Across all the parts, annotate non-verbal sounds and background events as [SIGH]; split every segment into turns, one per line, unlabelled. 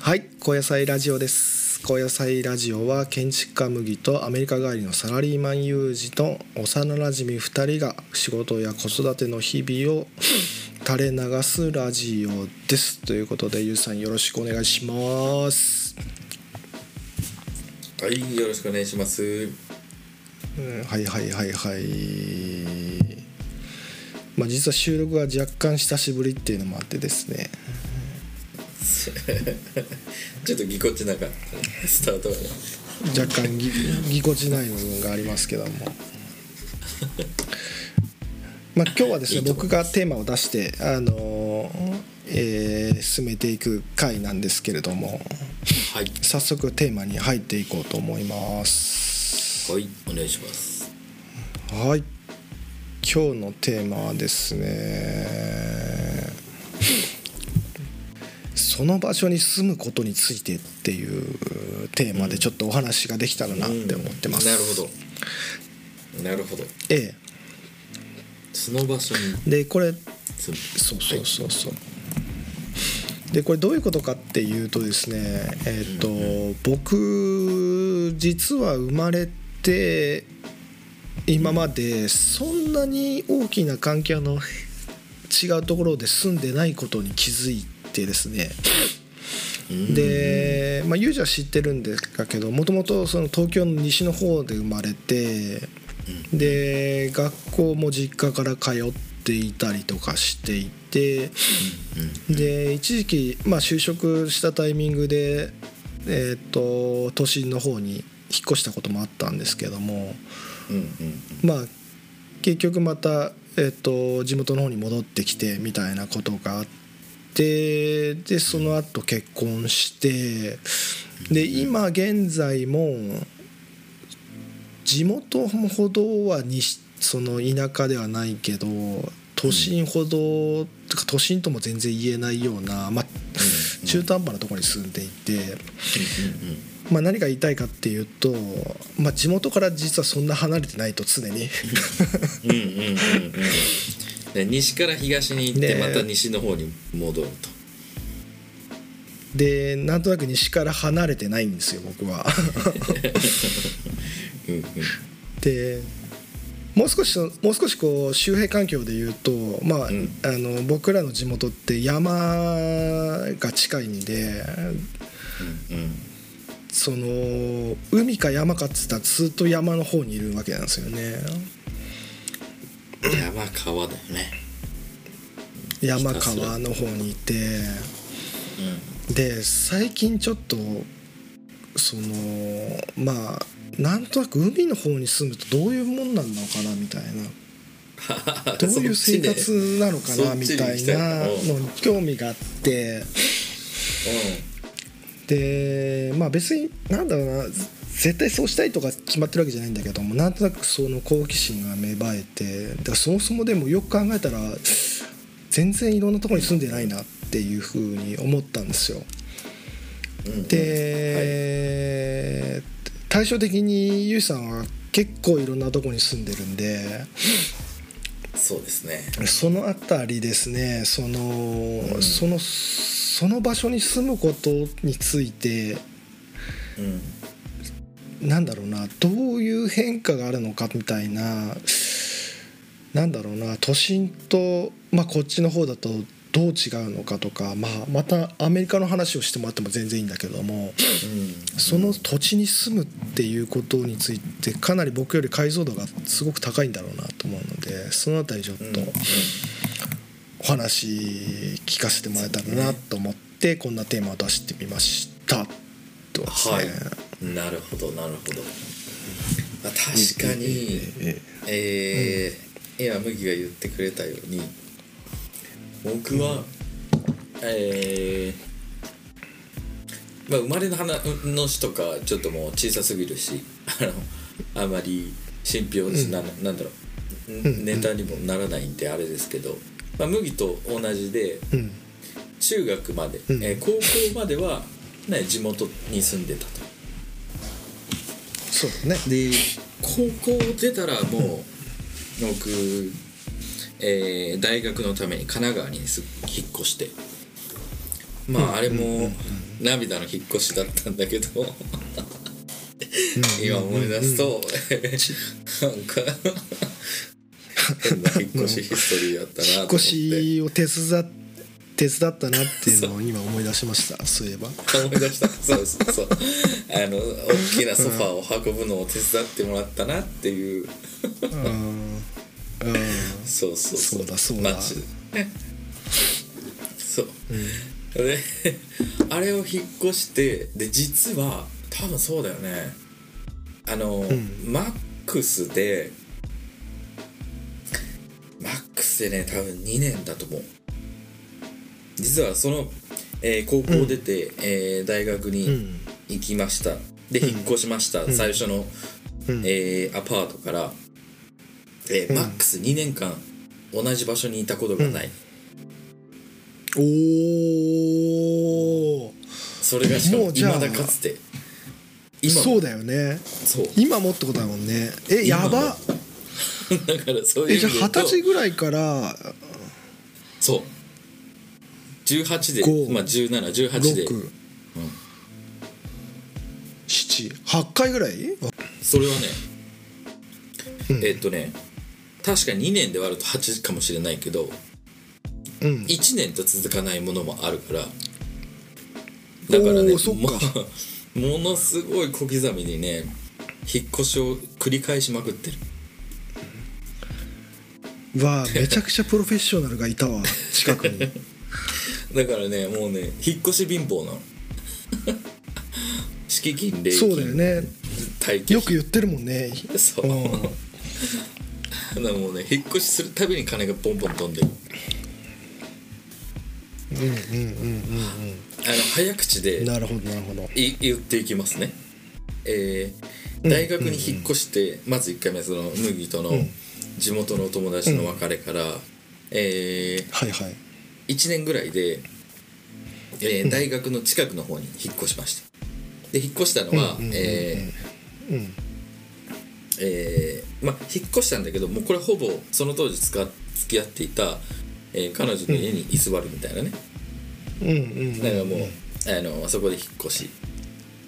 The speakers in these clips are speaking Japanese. はい高野菜ラジオです高野菜ラジオは建築家麦とアメリカ帰りのサラリーマン友人と幼なじみ2人が仕事や子育ての日々を垂れ流すラジオですということでゆうさんよろしくお願いします、
はい、よろしくお願いします。
うんはいはいはいはいまあ実は収録が若干久しぶりっていうのもあってですね
ちょっとぎこちなかった。スタートが。
若干ぎぎこちない部分がありますけどもまあ今日はですね
いいと思
僕がテーマを出してあのーえー進めていく回なんですけれども
はい。
早速テーマに入っていこうと思います
はい、お願いします。
はい今日のテーマはですねその場所に住むことについてっていうテーマでちょっとお話ができたらなって思ってます、
なるほど。なるほど。
え
その場所に
え、でこれ
住む。
そうそうそうそう、でこれどういうことかっていうとですねえっ、と、僕実は生まれて今までそんなに大きな環境の違うところで住んでないことに気づいてですね、
うん、
で、まあ、ユージは知ってるんですけどもともとその東京の西の方で生まれてで学校も実家から通っていたりとかしていてで一時期、まあ、就職したタイミングで、えー、と都心の方に引っ越したこともあったんですけども
うん、うん、
まあ結局また、えっと地元の方に戻ってきてみたいなことがあってでその後結婚してで今現在も地元ほどはにその田舎ではないけど都心ほど、てか都心とも全然言えないような、まあ
うん
中途半端なところに住んでいて。
うん、うん。
まあ、何が言いたいかっていうと、まあ、地元から実はそんな離れてないと常
[LAUGHS]
に
うんうんうんうんで西から東に行って
ね
また西の方に戻ると、
でなんとなく西から離れてないんですよ僕
[LAUGHS]
は
うんうん、
でもう少しそもう少しこう周辺環境で言うと、まあ
うん
あの僕らの地元って山が近いんで
うん
その海か山かっつったらずっと山の方にいるわけなんですよね
うん、山川だよね、
山川の方にいて。で最近ちょっとそのまあなんとなく海の方に住むとどういうもんなんのかなみたいなどういう生活なのかな
そっ
み
ちね
たいな
そっちに行きたい
のに興味があってでまあ別になんだろうな絶対そうしたいとか決まってるわけじゃないんだけどもなんとなくその好奇心が芽生えてだからそもそもでもよく考えたら全然いろんなところに住んでないなっていうふうに思ったんですよ。
うんうん、
で、対照的にゆうさんは結構いろんなとこに住んでるんで
そうですね
そのあたりですねその,、
うん
そのその場所に住むことについて
うん
なんだろうなどういう変化があるのかみたいななんだろうな都心と、まあ、こっちの方だとどう違うのかとか、まあ、またアメリカの話をしてもらっても全然いいんだけども。
うん
その土地に住むっていうことについてかなり僕より解像度がすごく高いんだろうなと思うのでそのあたりちょっと
うんうん
お話聞かせてもらえたらなと思ってこんなテーマを出してみましたとですね、
はいなるほどなるほど、まあ、確かに
え
えー今麦が言ってくれたように僕は、えーまあ、生まれの話の死とかちょっともう小さすぎるしあのあまり信憑し、ななんだろう、
ん
ネタにもならないんであれですけど、まあ、麦と同じで
うん
中学まで、
うん
えー高校までは、ね、地元に住んでたと。
そうだね
で高校を出たらもう僕、えー大学のために神奈川にす引っ越してまああれも涙の引っ越しだったんだけど今思い出すとなんか変な引っ越しヒストリーだったなと
引
思
っ
って
越しを手伝っ手伝ったなっていうのを今思い出しま
[LAUGHS]
したそういえば
思い出したそうそうそうあの大きなソファーを運ぶのを手伝ってもらったなっていう
うんうん
そうそうそう
そうだそうだ
マジでそう、で [LAUGHS] あれを引っ越してで実は多分そうだよねあの、
ん
マックスでマックスでね多分2年だと思う実はその、えー高校出て、えー大学
う
に
ん
行きました、で
うん
引っ越しました、
ん
最初の、
うん
えーアパートから、えー
うん
マックス2年間同じ場所にいたことがない、
おお
それがしか
も
も
う
未
じゃあ
だかつて今
そ
も
うだよね
そう [LAUGHS]
今もってことだもんねえ
今
や
も
ば
だからそうい
え
う
じ
意
ゃあ二
味で言うと
十歳ぐらいから
そう18で
5
まあ1718で、
6
うん
78回ぐらい
それはね、
うん
えっとね確か2年で割ると8かもしれないけど
うん
1年と続かないものもあるからだからね
おーそっ
も
か
う [LAUGHS] ものすごい小刻みにね引っ越しを繰り返しまくってる
わあめちゃくちゃプロフェッショナルがいた
[LAUGHS]
わ近くに
だからねもうね引っ越し貧乏
[LAUGHS]
なの敷金礼金
そうだよね
待機
よく言ってるもん
[LAUGHS]
ね
そ
うん
うだからもうね引っ越しするたびに金がボンボン飛んでる
うんうんうんうんうん
あの早口で
なるほどなるほど
い言っていきますね、えー大学に引っ越して、まず1回目その麦との
うん
地元のお友達の別れから、え
はいはい
1年ぐらいで、えー大学の近くの方に引っ越しましたで引っ越したの
う
は、
んうんうんうん
え
うん
ーえーまあ引っ越したんだけどもうこれほぼその当時使っ付き合っていた、えー彼女の家に居座るみたいなね、
うんうん
だからもう、あのあそこで引っ越し、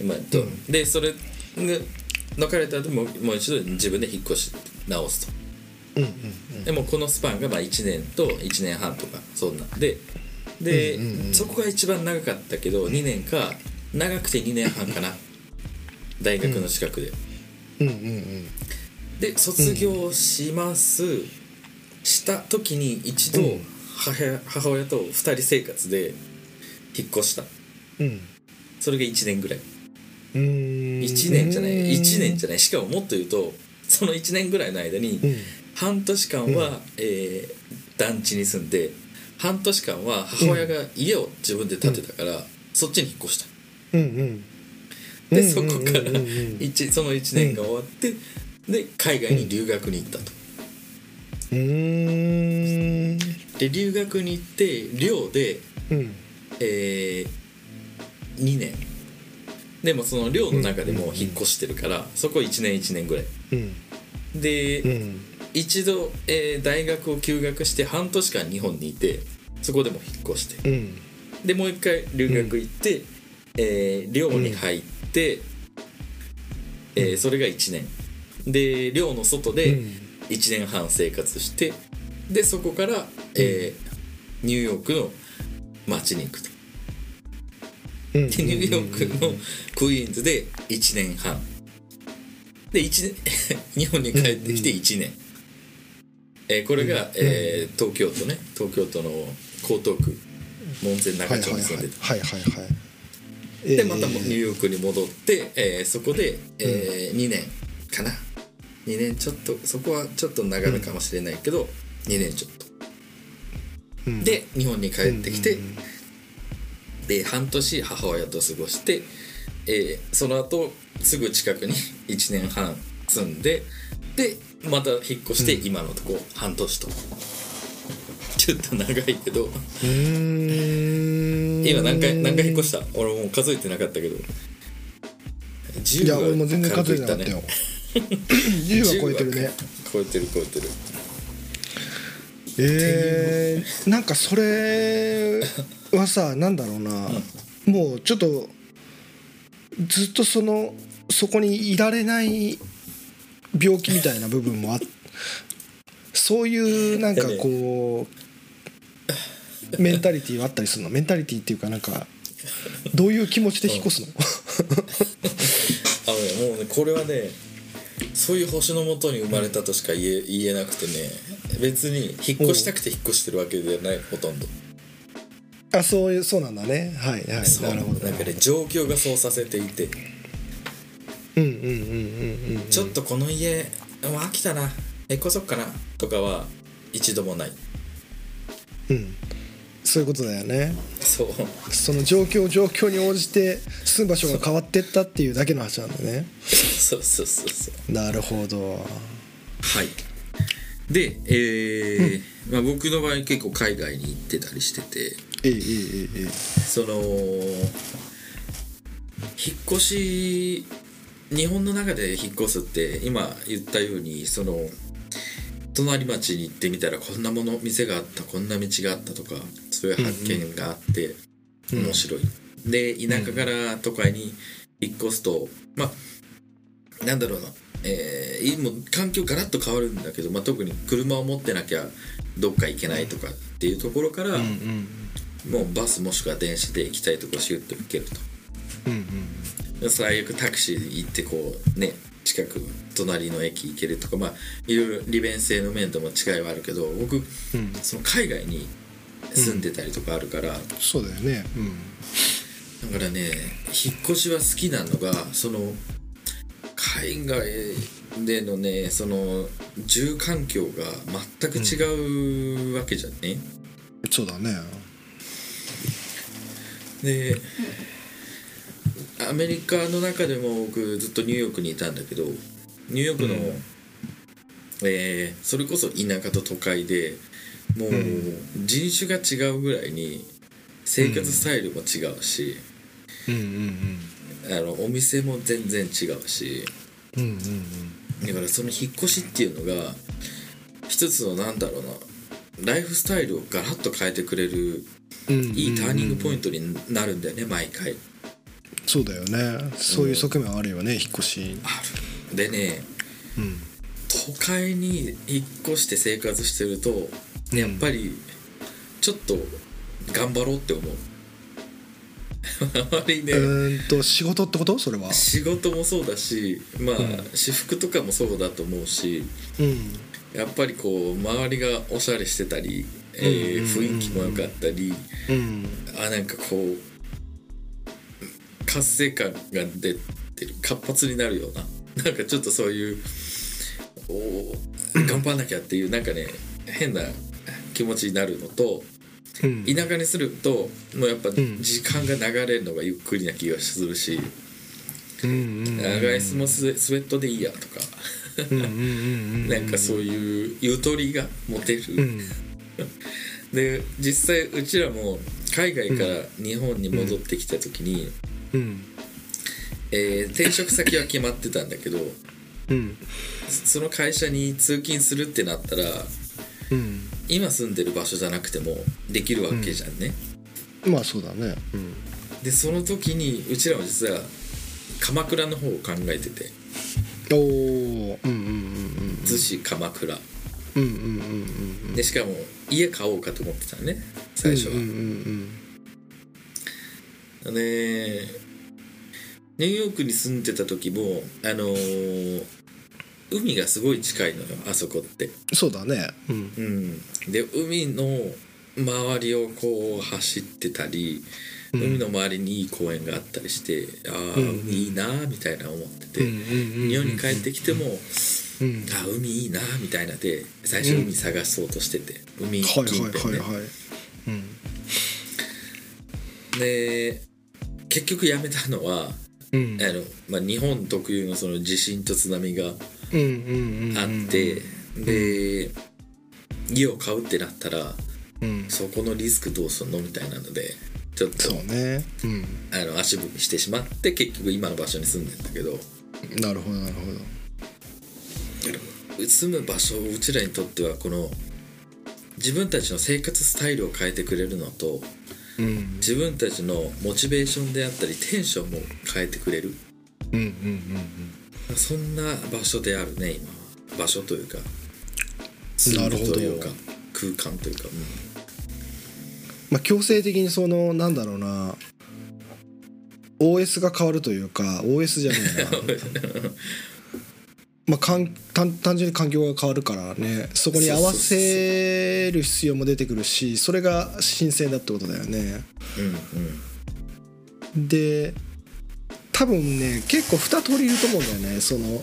まあと
うん
でそれで別れた後ももう一度自分で引っ越し直すと
うんうん
でもうこのスパンがまあ1年と1年半とかそんなんでで、
うんうんうん
そこが一番長かったけど2年か長くて2年半かな大学の近くで、
うんうんうん
で卒業します、した時に一度
うん
母親母親と2人生活で引っ越した
うん
それが1年ぐらい
うんうん
1年じゃない
うん
1年じゃないしかももっと言うとその1年ぐらいの間
う
に
ん
半年間は、えー団地に住んで半年間は母親が家を自分で建てたから、そっちに引っ越した
うんうん
で
うん
そこから
うんうんうん
一その1年が終わってで海外に留学に行ったと
うーん
で留学に行って寮で、
うん
え2年でもその寮の中でもう引っ越してるから、そこ1年1年ぐらい
うん
で、
うん
一度、えー大学を休学して半年間日本にいてそこでも引っ越して
うん
でもう一回留学行って、えー寮に入って、えーそれが1年で寮の外で
うん
1年半生活してでそこから、えーニューヨークの街に行くと
うん
でニューヨークのクイーンズで1年半で1年 [LAUGHS] 日本に帰ってきて1年、えーこれが、えー東京都ね東京都の江東区門前
は
仲
いはい
町
はい
に住んでて、
はいはいはい
でまたもうニューヨークに戻って、えーそこで、え2年かな2年ちょっとそこはちょっと長めかもしれないけど、2年ちょっと
うん
で日本に帰ってきて、
うんうんうん
で半年母親と過ごして、えーその後すぐ近くに [LAUGHS] 1年半住んででまた引っ越して今のとこ半年と、ちょっと長いけど
うーん
今何回何回引っ越した俺もう数えてなかったけど10
いや俺も全然数えてなかった
[LAUGHS]
よ10は超えてるね
超えてる超えてる
えー、なんかそれはさなんだろうな、もうちょっとずっとそのそこにいられない病気みたいな部分もあっそういうなんかこうメンタリティーはあったりするのメンタリティーっていうかなんかどういう気持ちで引っ越すの
あのねもうねこれはねそういう星のもとに生まれたとしか言え言えなくてね別に引っ越したくて引っ越してるわけではないほとんど
あそういうそうなんだねはいはい
そう
なるほど
なんかね状況がそうさせていて
うんうんうんうんうん
ちょっとこの家もう飽きたな引っ越そっかなとかは一度もない
うんそういうことだよね
そう
その状況状況に応じて住む場所が変わってったっていうだけの話なんだね
そうそうそうそう
なるほど
はいでえーまあ、僕の場合結構海外に行ってたりしてて
ええええええ
その引っ越し日本の中で引っ越すって今言ったようにその隣町に行ってみたらこんなもの店があったこんな道があったとかそういう発見があって
うんうん
面白い、で田舎から都会に引っ越すとまあなんだろうなえー、もう環境ガラッと変わるんだけど、まあ、特に車を持ってなきゃどっか行けないとかっていうところから、
うん
もうバスもしくは電車で行きたいとこシュッと行ける
うんうん
と最悪タクシーで行ってこうね近く隣の駅行けるとかまあいろいろ利便性の面とも違いはあるけど僕
うん
その海外に住んでたりとかあるから、
そうだよね
だからね引っ越しは好きなのがその海外でのねその住環境が全く違うわけじゃんね、
うんそうだね
でアメリカの中でも僕ずっとニューヨークにいたんだけどニューヨークの、
うん
えーそれこそ田舎と都会でもう
うん
人種が違うぐらいに生活スタイルも違うし、
うんうん
あのお店も全然違うし
うんうん
だからその引っ越しっていうのが一つのなんだろうなライフスタイルをガラッと変えてくれる
うんうん
いいターニングポイ
ン
ントになるんだよね毎回。
トそうだよねそういう側面はあるよね引っ越し
あるでね
うん
都会に引っ越して生活してると
うん
やっぱりちょっと頑張ろうって思う [LAUGHS] あまりね、
うーんと仕事ってことそれは
仕事もそうだしまあ、
うん
私服とかもそうだと思うし
うん
やっぱりこう周りがおしゃれしてたり、えー
うんうんうんうん
雰囲気も良かったり
うん
あなんかこう活性感が出てる活発になるようななんかちょっとそういうおー頑張んなきゃっていうなんかね変な気持ちになるのと
うん
田舎にするともうやっぱ
ん
時間が流れるのがゆっくりな気がするし
うんうんうん
長いスもスウェスウェットでいいやとか
うんうんうんうん
なんかそういうゆとりが持てる。
うん
で実際うちらも海外から日本に戻ってきた時に、
うん
えー転職先は決まってたんだけど
うん
その会社に通勤するってなったら
うん
今住んでる場所じゃなくてもできるわけじゃんね、
まあそうだねうん
でその時にうちらは実は鎌倉の方を考えてて
おーうんうん
逗子鎌倉
うんうんうんうんうんうん
でしかも家買おうかと思ってたのね最初は、
うんうん
でニューヨークに住んでた時もあのー海がすごい近いのよあそこって
そうだねうん
うん、で海の周りをこう走ってたり、
うん
海の周りにいい公園があったりしてあ
う
あ、
ん
海いいなーみたいな思ってて、
日
日本に帰ってきても、
うん
あー海いいなーみたいなで最初海探そうとしてて、海
はい
近
はい
辺
はい
ね、
はいうん
で結局やめたのは
うん
あの、まあ、日本特有のその地震と津波が
うんうんうんうん
あって、で家を買うってなったら
うん
そこのリスクどうすんのみたいなのでちょっと
そうねうん
あの足踏みしてしまって結局今の場所に住んでんだけど
なるほどなるほ
住む場所うちらにとってはこの自分たちの生活スタイルを変えてくれるのと
うん
自分たちのモチベーションであったりテンションも変えてくれる
うんうんうん
そんな場所であるね今場所というか
なるほど
というか空間というか、
まあ、強制的にそのなんだろうな OS が変わるというか OS じゃねえな [LAUGHS] まあかん単単純に環境が変わるからねそこに合わせる必要も出てくるしそれが新鮮だってことだよね
うん、うん [LAUGHS]
で多分ね結構2通りいると思うんだよねその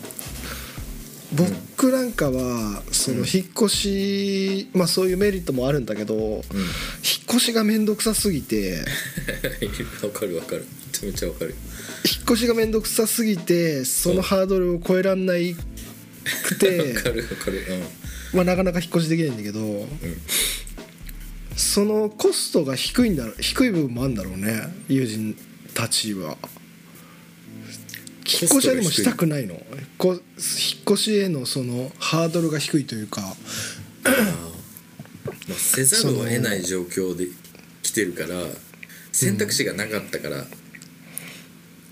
僕なんかはその引っ越し、まあそういうメリットもあるんだけど、引っ
うん
越しが面倒くさすぎて。
わかるわかるめちゃめちゃわかる
引っ越しが面倒くさすぎてそのハードルを超えらんないく
わ [LAUGHS]
て、
かるわかる
まあ、なかなか引っ越しできないんだけど、そのコストが低いんだろ低い部分もあるんだろうね友人たちは引っ越しはでもしたくないのこ引っ越しへのそのハードルが低いというか
うん、まあ、せざるを得ない状況で来てるから選択肢がなかったから、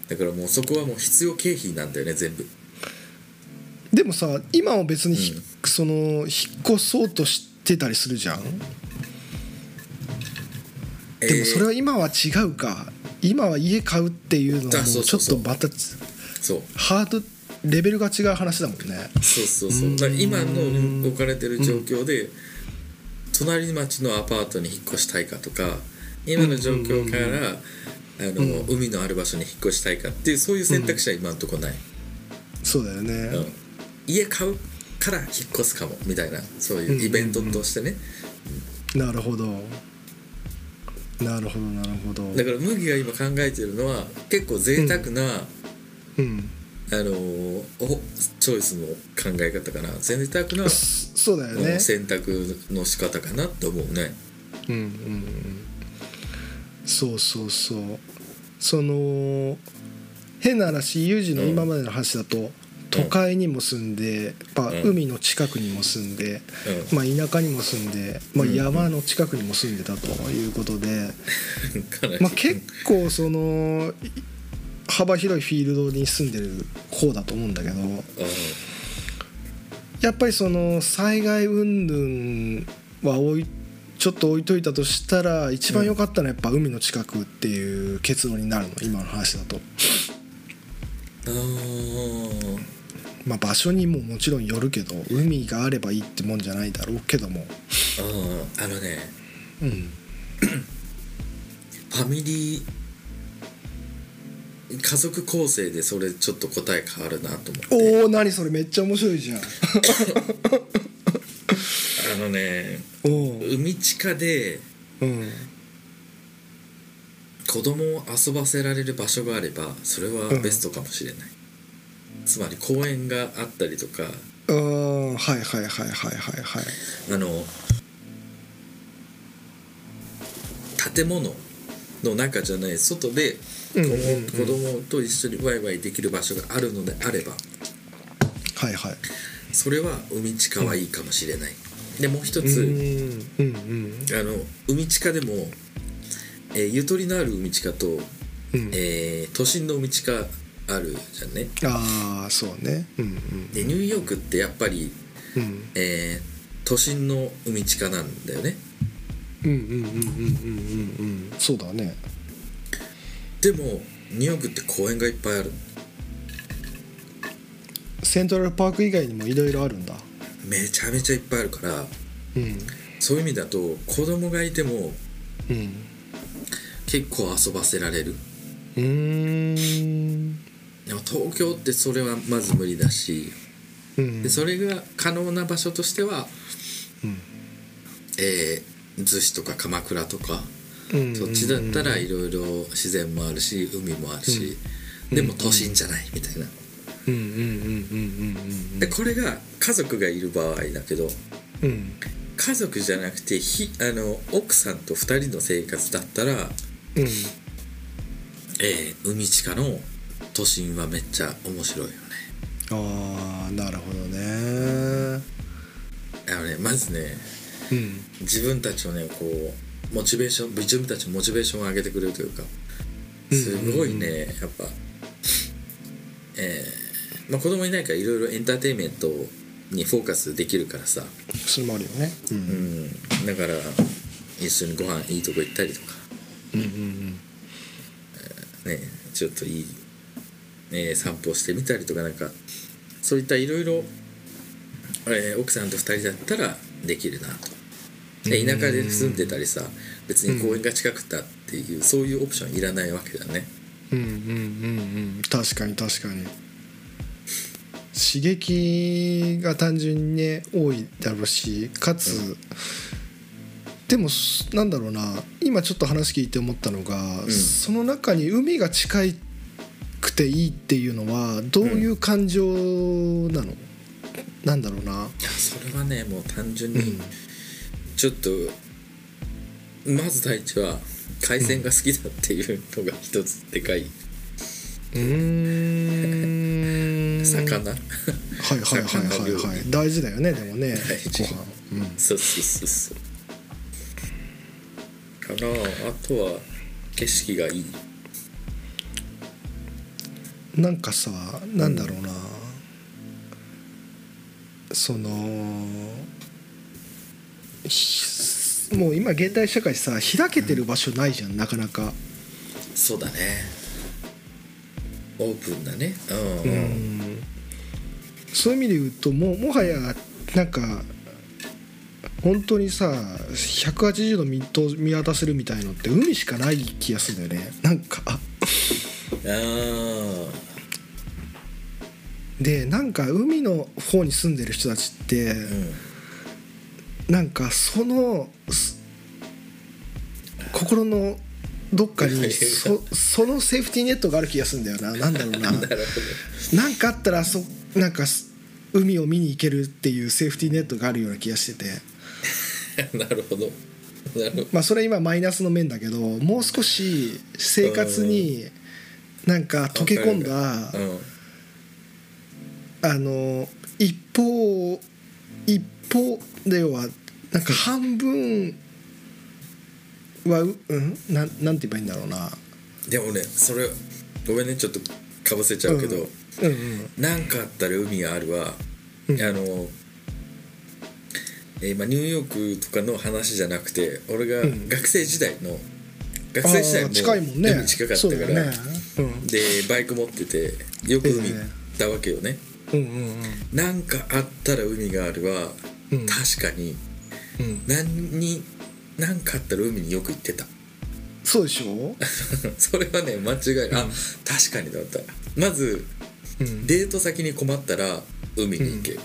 だからもうそこはもう必要経費なんだよね全部
でもさ今も別にひ、その引っ越そうとしてたりするじゃんでもそれは今は違うか今は家買うっていうのは
あ
も
そうう
ちょ
そう
っ
そう
とまた
えーそう
ハードレベルが違う話だもんね
そうそうそうだから今の置かれてる状況で、隣町のアパートに引っ越したいかとか今の状況から、あの海のある場所に引っ越したいかっていうそういう選択肢は今のとこない、
そうだよね、
うん家買うから引っ越すかもみたいなそういうイベントとしてね、
なるほどなるほどなるほど
だから麦が今考えてるのは結構贅沢な、あ
うん
のおチョイスの考え方かな贅沢な、
そそうだよね
選択の仕方かなと思うね
うんうんうんそうそうそうその変な話ユージの今までの話だと、都会にも住んで、まあ
うん
海の近くにも住んで、
うん
まあ、田舎にも住んで、まあ、
うん
山の近くにも住んでたということで、
[LAUGHS] かなり
まあ、結構そのい幅広いフィールドに住んでる方だと思うんだけど
うん
やっぱりその災害云々は置いちょっと置いといたとしたら一番良かったのはやっぱ海の近くっていう結論になるの今の話だと。
あー
まあ、場所にももちろんよるけど海があればいいってもんじゃないだろうけども、
あーあのね
うん、
ファミリー家族構成でそれちょっと答え変わるなと思って
おお何それめっちゃ面白いじゃん
あのね
おー
海地下で
うん
子供を遊ばせられる場所があればそれはベストかもしれない、つまり公園があったりとか
あーはいはいはいはいはいはい
あの建物の中じゃない外で子
うん
供,、
うんうん
子供と一緒にワイワイできる場所があるのであれば
はいはい
それは海地下はいいかもしれない、でもう一
う
つ
んうんうん
あの海地下でも、えーゆとりのある海地下と、
うん
えー都心の海地下あるじゃんね
ああそうねうん
でニューヨークってやっぱり、
うんうん
えー都心の海地下なんだよね
うんうんうんうんうんうんうんそうだね
でもニューヨークって公園がいっぱいある
セントラルパーク以外にもいろいろあるんだ
めちゃめちゃいっぱいあるか
う
ら
ん
そういう意味だと子供がいても
うん
結構遊ばせられる
うーん
でも東京ってそれはまず無理だし
うん
でそれが可能な場所としては、
うん
えー逗子とか鎌倉とか
うん
そっちだったらいろいろ自然もあるし海もあるし、でも都心じゃないみたいな。
うんうんうんうんうん
でこれが家族がいる場合だけど
うんうん
家族じゃなくてひあの奥さんと2人の生活だったら
うん
えー海地下の都心はめっちゃ面白いよね
ああなるほどね
あのねまずね
うん
自分たちをねこうモチベーション自分たちのモチベーションを上げてくれるというか
うん
すごいねやっぱえーまあ子供いないからいろいろエンターテインメントにフォーカスできるからさ
それもあるよねう
うんんだから一緒にご飯いいとこ行ったりとか
うんうん
ねちょっといい、ね、散歩してみたりとかなんかそういったいろいろえー奥さんと2人だったらできるなとで田舎で住んでたりさ別に公園が近くたっていう、そういうオプションいらないわけだね
うんうんうんうん確かに確かに刺激が単純にね多いだろうしかつ、でもすなんだろうな今ちょっと話聞いて思ったのが、
うん
その中に海が近いくていいっていうのはどういう感情なの、なんだろうな、
いやそれはねもう単純
う
に
ん、
ちょっと、まず第一は海鮮が好きだっていうのが一つでかい、
うーん
魚
はいはいはいはい
魚料
はい大事だよねでもね
大事
ご飯、うん
そうそうそうそうかなあとは景色がいい
なんかさなんだろうな、そのひもう今現代社会さ開けてる場所ないじゃん、なかなか、
そうだねオープンだねう
うん
うん、
そういう意味で言うともうもはやなんか本当にさ180度見と見渡せるみたいのって海しかない気がするんだよねなんか
あ
でなんか海の方に住んでる人たちって、
ーうん
なんかそのす心のどっか [LAUGHS] にそそのセーフティーネットがある気がするんだよななんだろう [LAUGHS] な
なるほ
なんかあったらあそなんかす海を見に行けるっていうセーフティーネットがあるような気がしてて
ど [LAUGHS] なるほどなるほど
まあそれは今マイナスの面だけどもう少し生活になんか溶け込んだ
うん
あの一方一方ではなんか半分はう、うん、なんなんて言えばいいんだろうな。
でもねそれごめんねちょっとかぶせちゃうけど、
うんうん
なんかあったら海があるは、
うん
あの、えーまあ、ニューヨークとかの話じゃなくて俺が
うん
学生時代の、学生時代
あー近いもんね
海近かった
そうだ
か
よ
ら、
ねうん
でバイク持っててよく海行ったわけよね、
うんうん
なんかあったら海があるは、
うん
確かに
うんうん
何に何かあったら海によく行ってた [LAUGHS]
そうでしょ、
それはね間違いない、あ確かにだったまず
うん、
デート先に困ったら海に行け、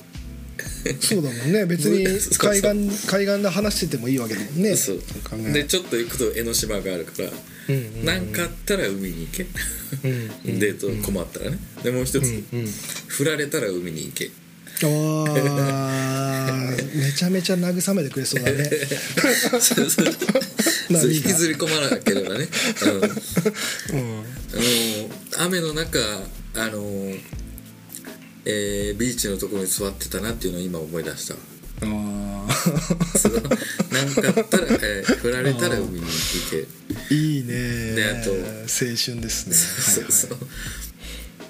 そうだもんね別に
そうそう
海岸海岸で話しててもいいわけだもんね
そう
考え
でちょっと行くと江ノ島があるから、
うんうん
なんかあったら海に行け、
うん
デート困ったらねでもう一つ、
うんうん
振られたら海に行
[LAUGHS]
け
あーめちゃめちゃ慰めてくれそうだ
[LAUGHS]
ね
そうそう
何が
そう引きずり込まなければね、うん、あの雨の中あの、えービーチのところに座ってたなっていうのを今思い出した
うんあ
そのなんか
[LAUGHS]
あったら、えー振られたら海に行け
ーいいね
であと
青春ですね
そうそう、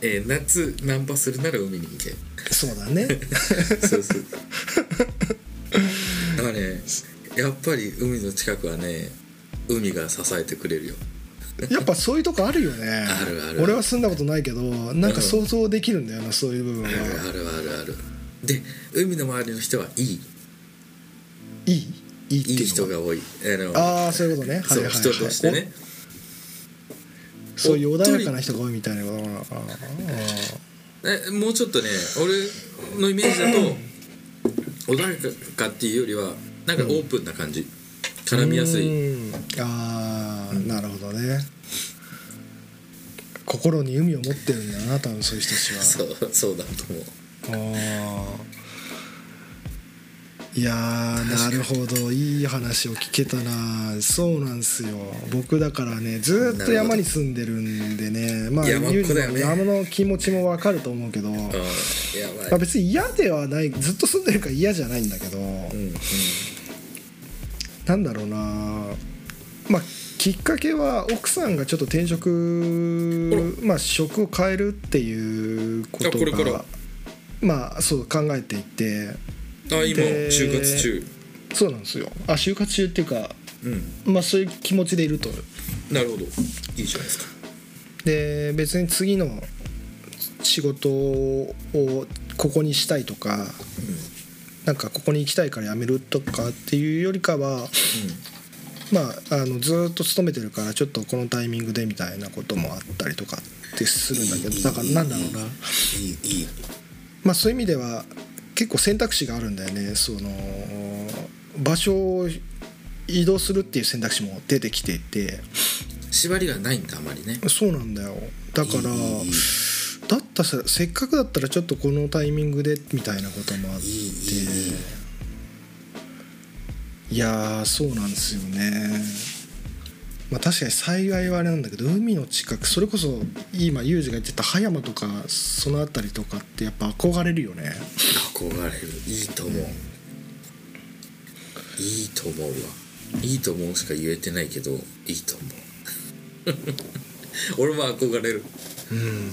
えー夏ナンパするなら海に行け
そうだね
そうそう。だからね、やっぱり海の近くはね、海が支えてくれるよ。
やっぱそういうとこあるよね
あるある
俺は住んだことないけどなんか想像できるんだよなそういう部分
ある
は
あるあるある。で、海の周りの人はいい、
いいいいってい
いい
うの
人
は
が多い。あの
ああそういうことねはい
そう、
はいはい
人としてね。
おそういう穏やかな人が多いみたいなことなのかなあー
えもうちょっとね、俺のイメージだと、穏やかっていうよりは、なんかオープンな感じ。絡みやすい。
うんああ、なるほどね心に海を持ってるんだな多分そういう人たちは
そう、そうだと思う。
あーいやーなるほどいい話を聞けたなそうなんですよ僕だからねずーっと山に住んでるんでねまあ
山っ
ゆう
子
じ
だ
さ
よ
ん
ね
の山の気持ちも分かると思うけど、ま
うん、やばい。
あ、別に嫌ではないずっと住んでるから嫌じゃないんだけど、
うん、うん。
なんだろうなまあ、きっかけは奥さんがちょっと転職、まあ、職を変えるっていうことが
あこれから
まあそう考えていて
あ今
で
就活中
そうなんですよあ就活中っていうか、
うん
まあ、そういう気持ちでいると
なるほどいいじゃないですか
で別に次の仕事をここにしたいとかなんかここに行きたいから辞めるとかっていうよりかはまあ、あのずーっと勤めてるからちょっとこのタイミングでみたいなこともあったりとかってするんだけどだからなんだろうな、
うんいいいい
まあ、そういう意味では結構選択肢があるんだよねその場所を移動するっていう選択肢も出てきていて
縛りがないんだあまりね
そうなんだよだから
いいいい
だったらせっかくだったらちょっとこのタイミングでみたいなこともあって
いいいいいい
いやーそうなんですよねまあ確かに幸いはあれなんだけど海の近くそれこそ今ユージが言ってた葉山とかその辺りとかってやっぱ憧れるよね
憧れるいいと思う、いいと思うわいいと思うしか言えてないけどいいと思う [LAUGHS] 俺も憧れる
うん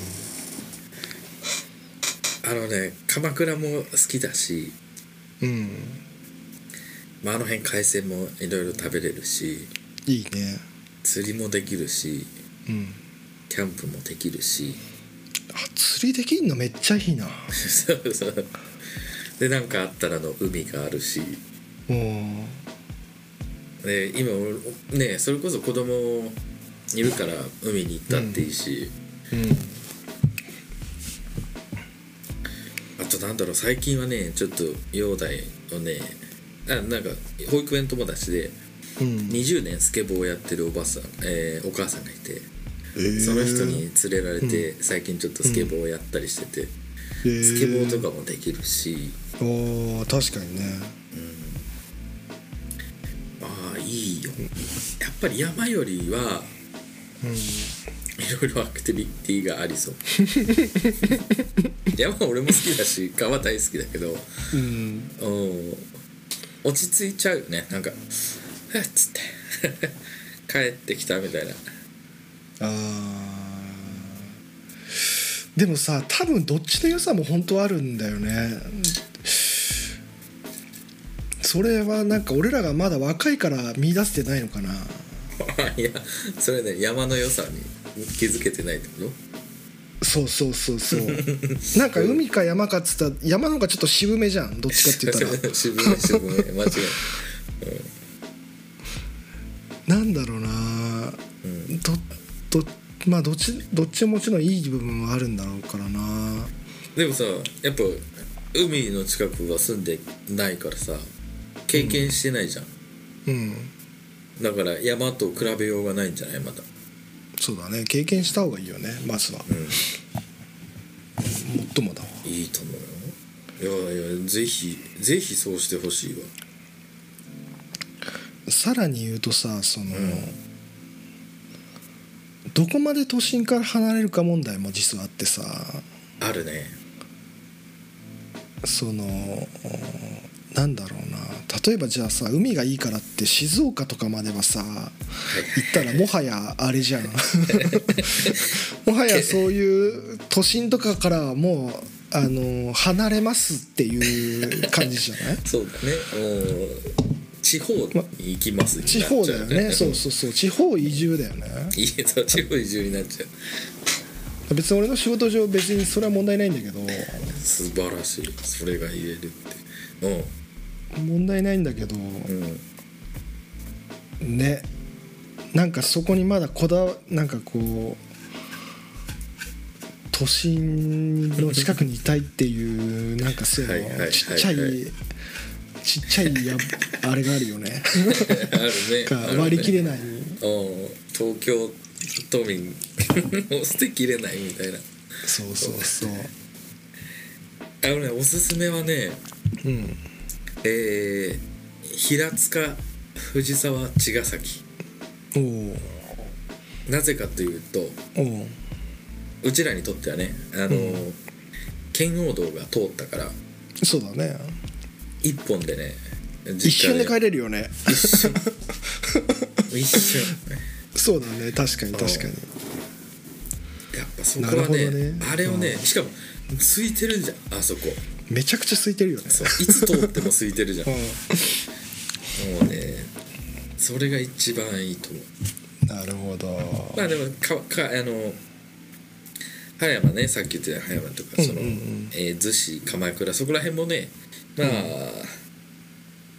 あのね鎌倉も好きだし、
うん
まあ、あの辺海鮮もいろいろ食べれるし
いいね
釣りもできるし
うん
キャンプもできるし
あ釣りできんのめっちゃいいな
そうそうでなんかあったらの海があるし
うん
で今俺ねそれこそ子供いるから海に行ったっていいし、
うん
あとなんだろう最近はねちょっと容体のねあなんか保育園友達で
うん
20年スケボーをやってるおばさん、えーお母さんがいて
えー
その人に連れられて、最近ちょっとスケボーをやったりしてて、
えー
スケボーとかもできるし
おー確かにね
ああいいよやっぱり山よりは
うん
いろいろアクティビティがあ
[LAUGHS]
りそう山は俺も好きだし川大好きだけど
うん
うん落ち着いちゃうよねなんか「ふっ」つって [LAUGHS] 帰ってきたみたいな [LAUGHS]
あーでもさ多分どっちの良さも本当あるんだよねそれはなんか俺らがまだ若いから見出せてないのかな
いやそれね山の良さに気づけてないってこ
そうそうそう
[LAUGHS]
そうなんか海か山かっつったら山の方がちょっと渋めじゃんどっちかって言
[LAUGHS]
ったら
と渋め渋め間違い
なんだろうなどどまあどっちどっちももちろんいい部分はあるんだろうからな
でもさやっぱ海の近くは住んでないからさ経験してないじゃん、
うん
だから山と比べようがないんじゃないまだ
そうだね経験した方がいいよねまずは、もっともだわ
いいと思うよいやいやぜひぜひそうしてほしいわ
さらに言うとさその、どこまで都心から離れるか問題も実はあってさ
あるね
そのなんだろうな例えばじゃあさ海がいいからって静岡とかまではさ行ったらもはやあれじゃん [LAUGHS] もはやそういう都心とかからはもうあの離れますっていう感じじゃ [LAUGHS] ない
そうだね。もう地方に行きます、
地方だよねそう
そ
そうそう地方移住だよね
う。 [LAUGHS] いやそう地方移住になっちゃ
別に俺の仕事上別にそれは問題ないんだけど
う。素晴らしい。それが言えるって。
問題ないんだけど
うん [LAUGHS] うん。
ねなんかそこにまだこだわなんかこう都心の近くにいたいっていうなんかそういうの
はいはいはいはい
ちっちゃいちっちゃいやあれがあるよ [LAUGHS] ね
あるね。
なん
あ
か
るね
割り切れない
うん。東京都民を捨てきれないみたいな。
そうそうそう
あのねおすすめはね、
うん
えー、平塚藤沢茅ヶ崎。
おう
なぜかというと
おう
うちらにとってはねあの、圏央道が通ったから
そうだね
一本でね
一瞬で
実家
帰れるよね
一瞬一瞬
そうだね確かに確かに
やっぱそこ
なる
は
ほど
ね
ね
あれをねしかも空いてるじゃんあそこ
めちゃくちゃ空いてるよね
そういつ通っても空いてるじゃん
う
も
ん
うねそれが一番いいと思う
なるほど
まあでもかかあの葉山ねさっき言ってた葉山とかそ
うん
の、
うんうん
えー逗子鎌倉そこら辺もねまあ、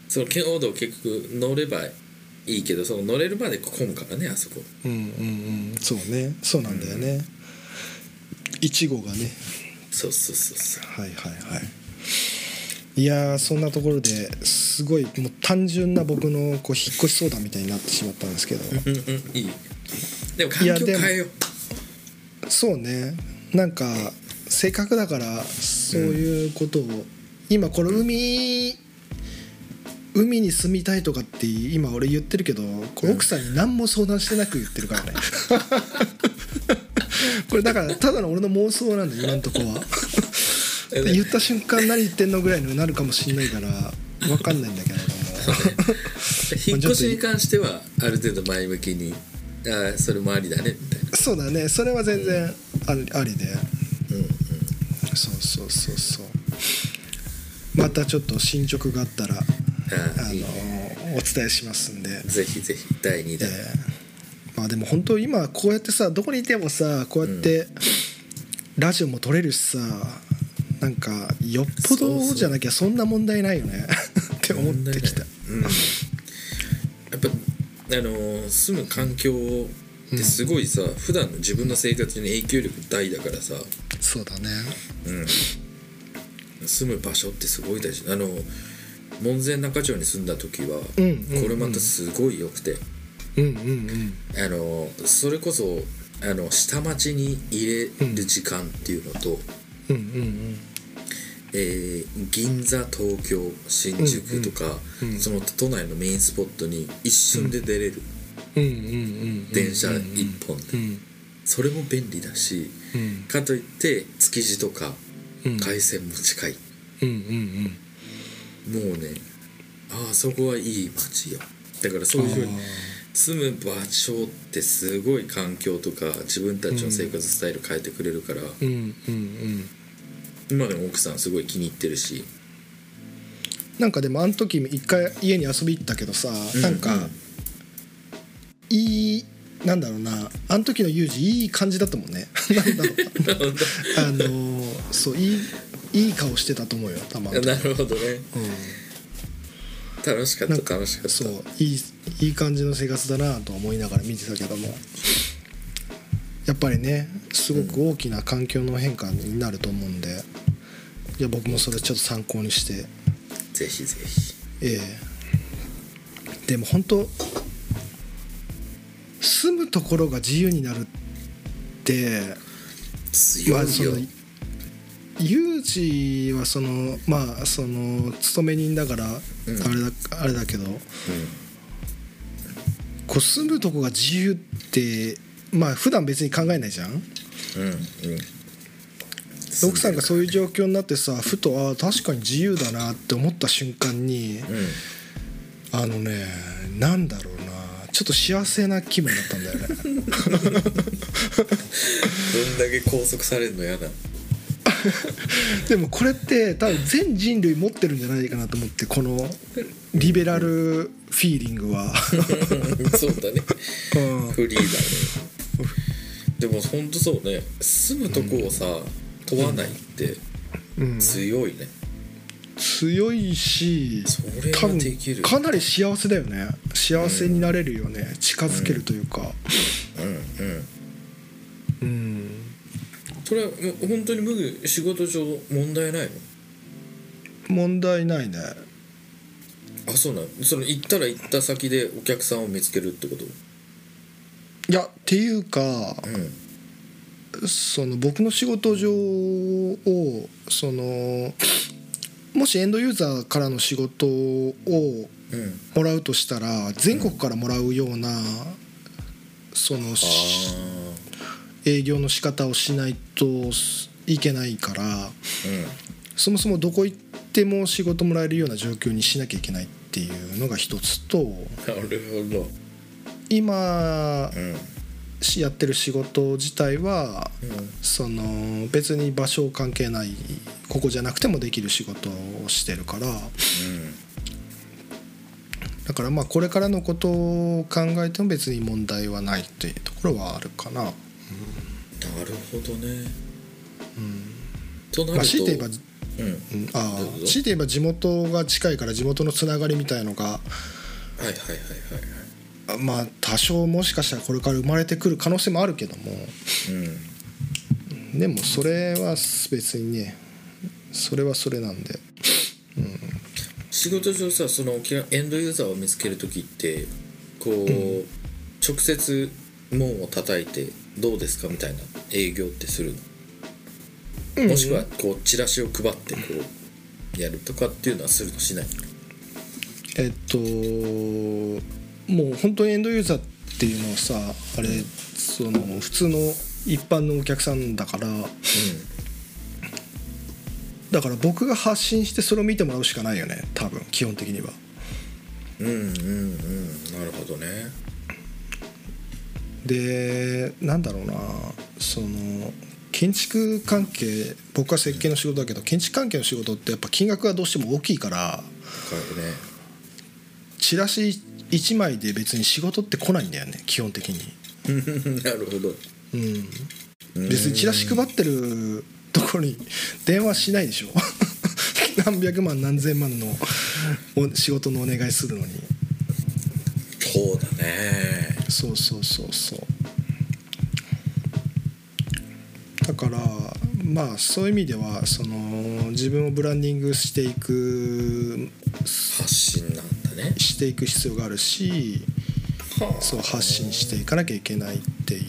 その圏央道結局乗ればいいけどその乗れるまで混むからねあそこ
うんうんうんそうねそうなんだよね1号がね
そうそうそうそう
はいはいはいいやーそんなところですごいもう単純な僕のこう引っ越し相談みたいになってしまったんですけど
うんうんいいでも環
いや
境
でも
変えよう
そうねなんかせっかくだからそういうことを、今この海海に住みたいとかって今俺言ってるけどこれ奥さんに何も相談してなく言ってるからね [LAUGHS] これだからただの俺の妄想なんだよ今んとこは言った瞬間何言ってんのぐらいになるかもしんないから分かんないんだけれども
引っ越しに関してはある程度前向きにあーそれもありだねみたいな
そうだねそれは全然ありありで
うんうん
そうそうそうそうまたちょっと進捗があったら、あ
あ
の
あいいね
お伝えしますんで、
ぜひぜひ第2
え
弾、
ーまあでも本当今こうやってさどこにいてもさこうやってラジオも撮れるしさなんかよっぽどじゃなきゃそんな問題ないよね [LAUGHS] って思ってきた
うん、やっぱあのー住む環境ってすごいさ、普段の自分の生活に影響力大だからさ、
そうだね
うん、住む場所ってすごい大事あの門前仲町に住んだ時は、
うんうんうん
これまたすごい良くて
うんうん
あのーそれこそあの下町に入れる時間っていうのと、
うんうんうん
えー銀座東京新宿とか、
うんうん
その都内のメインスポットに一瞬で出れる、
うんうんうん
電車一本で、
うん
それも便利だし
うん
かといって築地とか
うん
海鮮も近い、
うんうん
もうねああそこはいい街よだからそういうふうに住む場所ってすごい環境とか自分たちの生活スタイル変えてくれるから、
うんうんうん
今でも奥さんすごい気に入ってるし
なんかでもあの時一回家に遊び行ったけどさ、
うん
なんかいいなんだろうなあの時のユージいい感じだったもんね [LAUGHS] なんだろうあのーそういいいい顔してたと思うよたまに、うん、
なるほどね楽しかった楽しかっ
そう
た
いいいい感じの生活だなと思いながら見てたけどもやっぱりねすごく大きな環境の変化になると思うんでいや僕もそれちょっと参考にして
ぜひぜひ
ええでも本当住むところが自由になるってま
強
あ
い
そ
よ
のユージはそのまあその勤め人だから
うん
あれだ,、あれだけどこう住むとこが自由ってまあ普段別に考えないじゃん
うんうんうん
奥さんがそういう状況になってさふとああ確かに自由だなって思った瞬間に
うん
あのねなんだろうなちょっと幸せな気分だったんだよね [LAUGHS]
どんだけ拘束されるの嫌だ [LAUGHS]
でもこれって多分全人類持ってるんじゃないかなと思ってこのリベラルフィーリング
[LAUGHS]
は、
そうだね
うん、
フリーだねでもほんとそうね住むとこをさ問わないって
うん
強いね
強いし
それは
多分
できる
かなり幸せだよね幸せになれるよね、近づけるというか
うんうん
うん、
それはもう本当に無理仕事上問題ないの
問題ないね
あそうなのその行ったら行った先でお客さんを見つけるってこと
いやっていうか
うん
その僕の仕事上をそのもしエンドユーザーからの仕事を
うん
もらうとしたら全国からもらうようなその
あ
し営業の仕方をしないといけないから
あうん
そもそもどこ行っても仕事もらえるような状況にしなきゃいけないっていうのが一つと
なるほど
今
うん
しやってる仕事自体は
うん
その別に場所関係ないここじゃなくてもできる仕事をしてるからだからまあこれからのことを考えても別に問題はないっていうところはあるかな。
なるほどね
うん
となると、
まあ、強いて言えば
うん
うんあ
どう
ー強
ぞ
いて言えば地元が近いから地元のつながりみたいのが
はいはいはいはいは
あまあ多少もしかしたらこれから生まれてくる可能性もあるけども
いうん
でもそれは別にねそれはそれなんで
仕事上さそのきらエンドユーザーを見つける時ってこう、直接門を叩いてどうですかみたいな営業ってするの、もしくはこうチラシを配ってこうやるとかっていうのはするのしない
えっともう本当にエンドユーザーっていうのはさあれその普通の一般のお客さんだからだから僕が発信してそれを見てもらうしかないよね多分基本的には
うん、うんうんうんなるほどね
でなんだろうなその建築関係僕は設計の仕事だけど建築関係の仕事ってやっぱ金額がどうしても大きいから
変わるね
チラシ1枚で別に仕事って来ないんだよね基本的に。
うん [LAUGHS] なるほど
うん別にチラシ配ってるところに電話しないでしょ [LAUGHS] 何百万何千万のお仕事のお願いするのに
そうだね
そうそうそうそうだからまあそういう意味ではその自分をブランディングしていく
発信なんだね
していく必要があるし
はあ
そう発信していかなきゃいけないっていう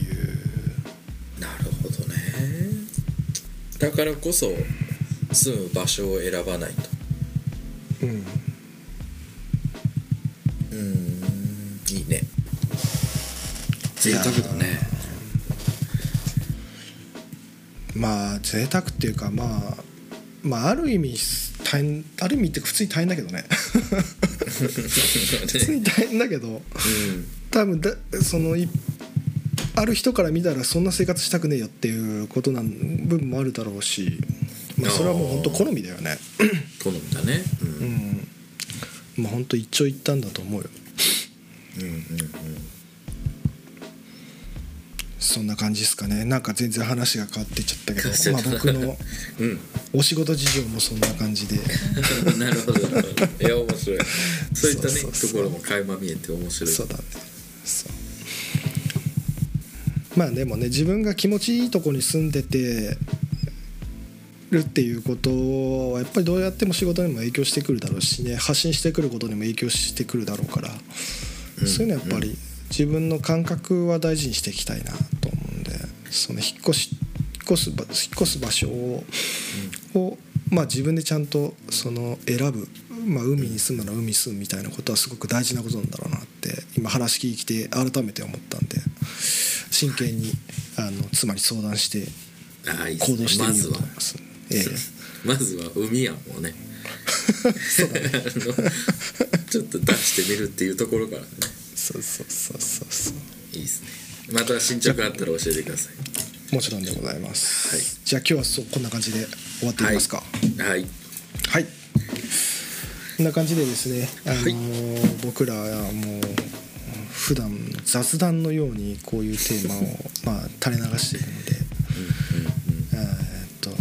なるほどねだからこそ住む場所を選ばないと
うん
うーんいいね贅沢だね
まあ贅沢っていうかまあまあある意味大変ある意味っていうか普通に大変だけどね [LAUGHS] 普通に大変だけど多分だそのいある人から見たらそんな生活したくねえよっていうことなん部分もあるだろうし、まあ、それはもう本当好みだよね
好みだねうん
う
うん
んまあ本当一長一短だと思うよ
うんうん
そんな感じですかねなんか全然話が変わってっちゃったけどまあ僕の
うん
お仕事事情もそんな感じで
なるほどなるほどいや面白いそういったね
そうそうそう
ところも垣間見えて面白い
そうだねそうまあでもね自分が気持ちいいとこに住んでてるっていうことはやっぱりどうやっても仕事にも影響してくるだろうしね発信してくることにも影響してくるだろうから、
うん
そういうのはやっぱり自分の感覚は大事にしていきたいなと思うんでその引っ越し引っ越す場引っ越す場所を,、をまあ、自分でちゃんとその選ぶ、まあ、海に住むなら海に住むみたいなことはすごく大事なことなんだろうなって今話聞いて改めて思ったんで真剣にあの妻に相談して
ああいいっす
行
ね
動して
ま
みよ
ず
うと
は
思います。ええ
まずは海やもうね [LAUGHS] あのちょっと出してみるっていうところからね
そうそうそうそうそう
いいですねまた進捗あったら教えてください
もちろんでございます、
はい
じゃあ今日はそうこんな感じで終わっていきますか
はい、は
はい、
い、
こんな感じでですね、あの
はい
ー僕らはもう普段雑談のようにこういうテーマをまあ垂れ流しているので、えーっと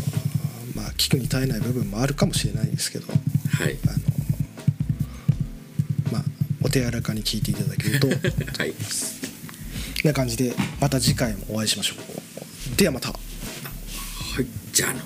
まあ聞くに耐えない部分もあるかもしれないですけど
はい
あのまあお手柔らかに聞いていただけるとこん
はい
な感じでまた次回もお会いしましょうではまた
はいじゃあの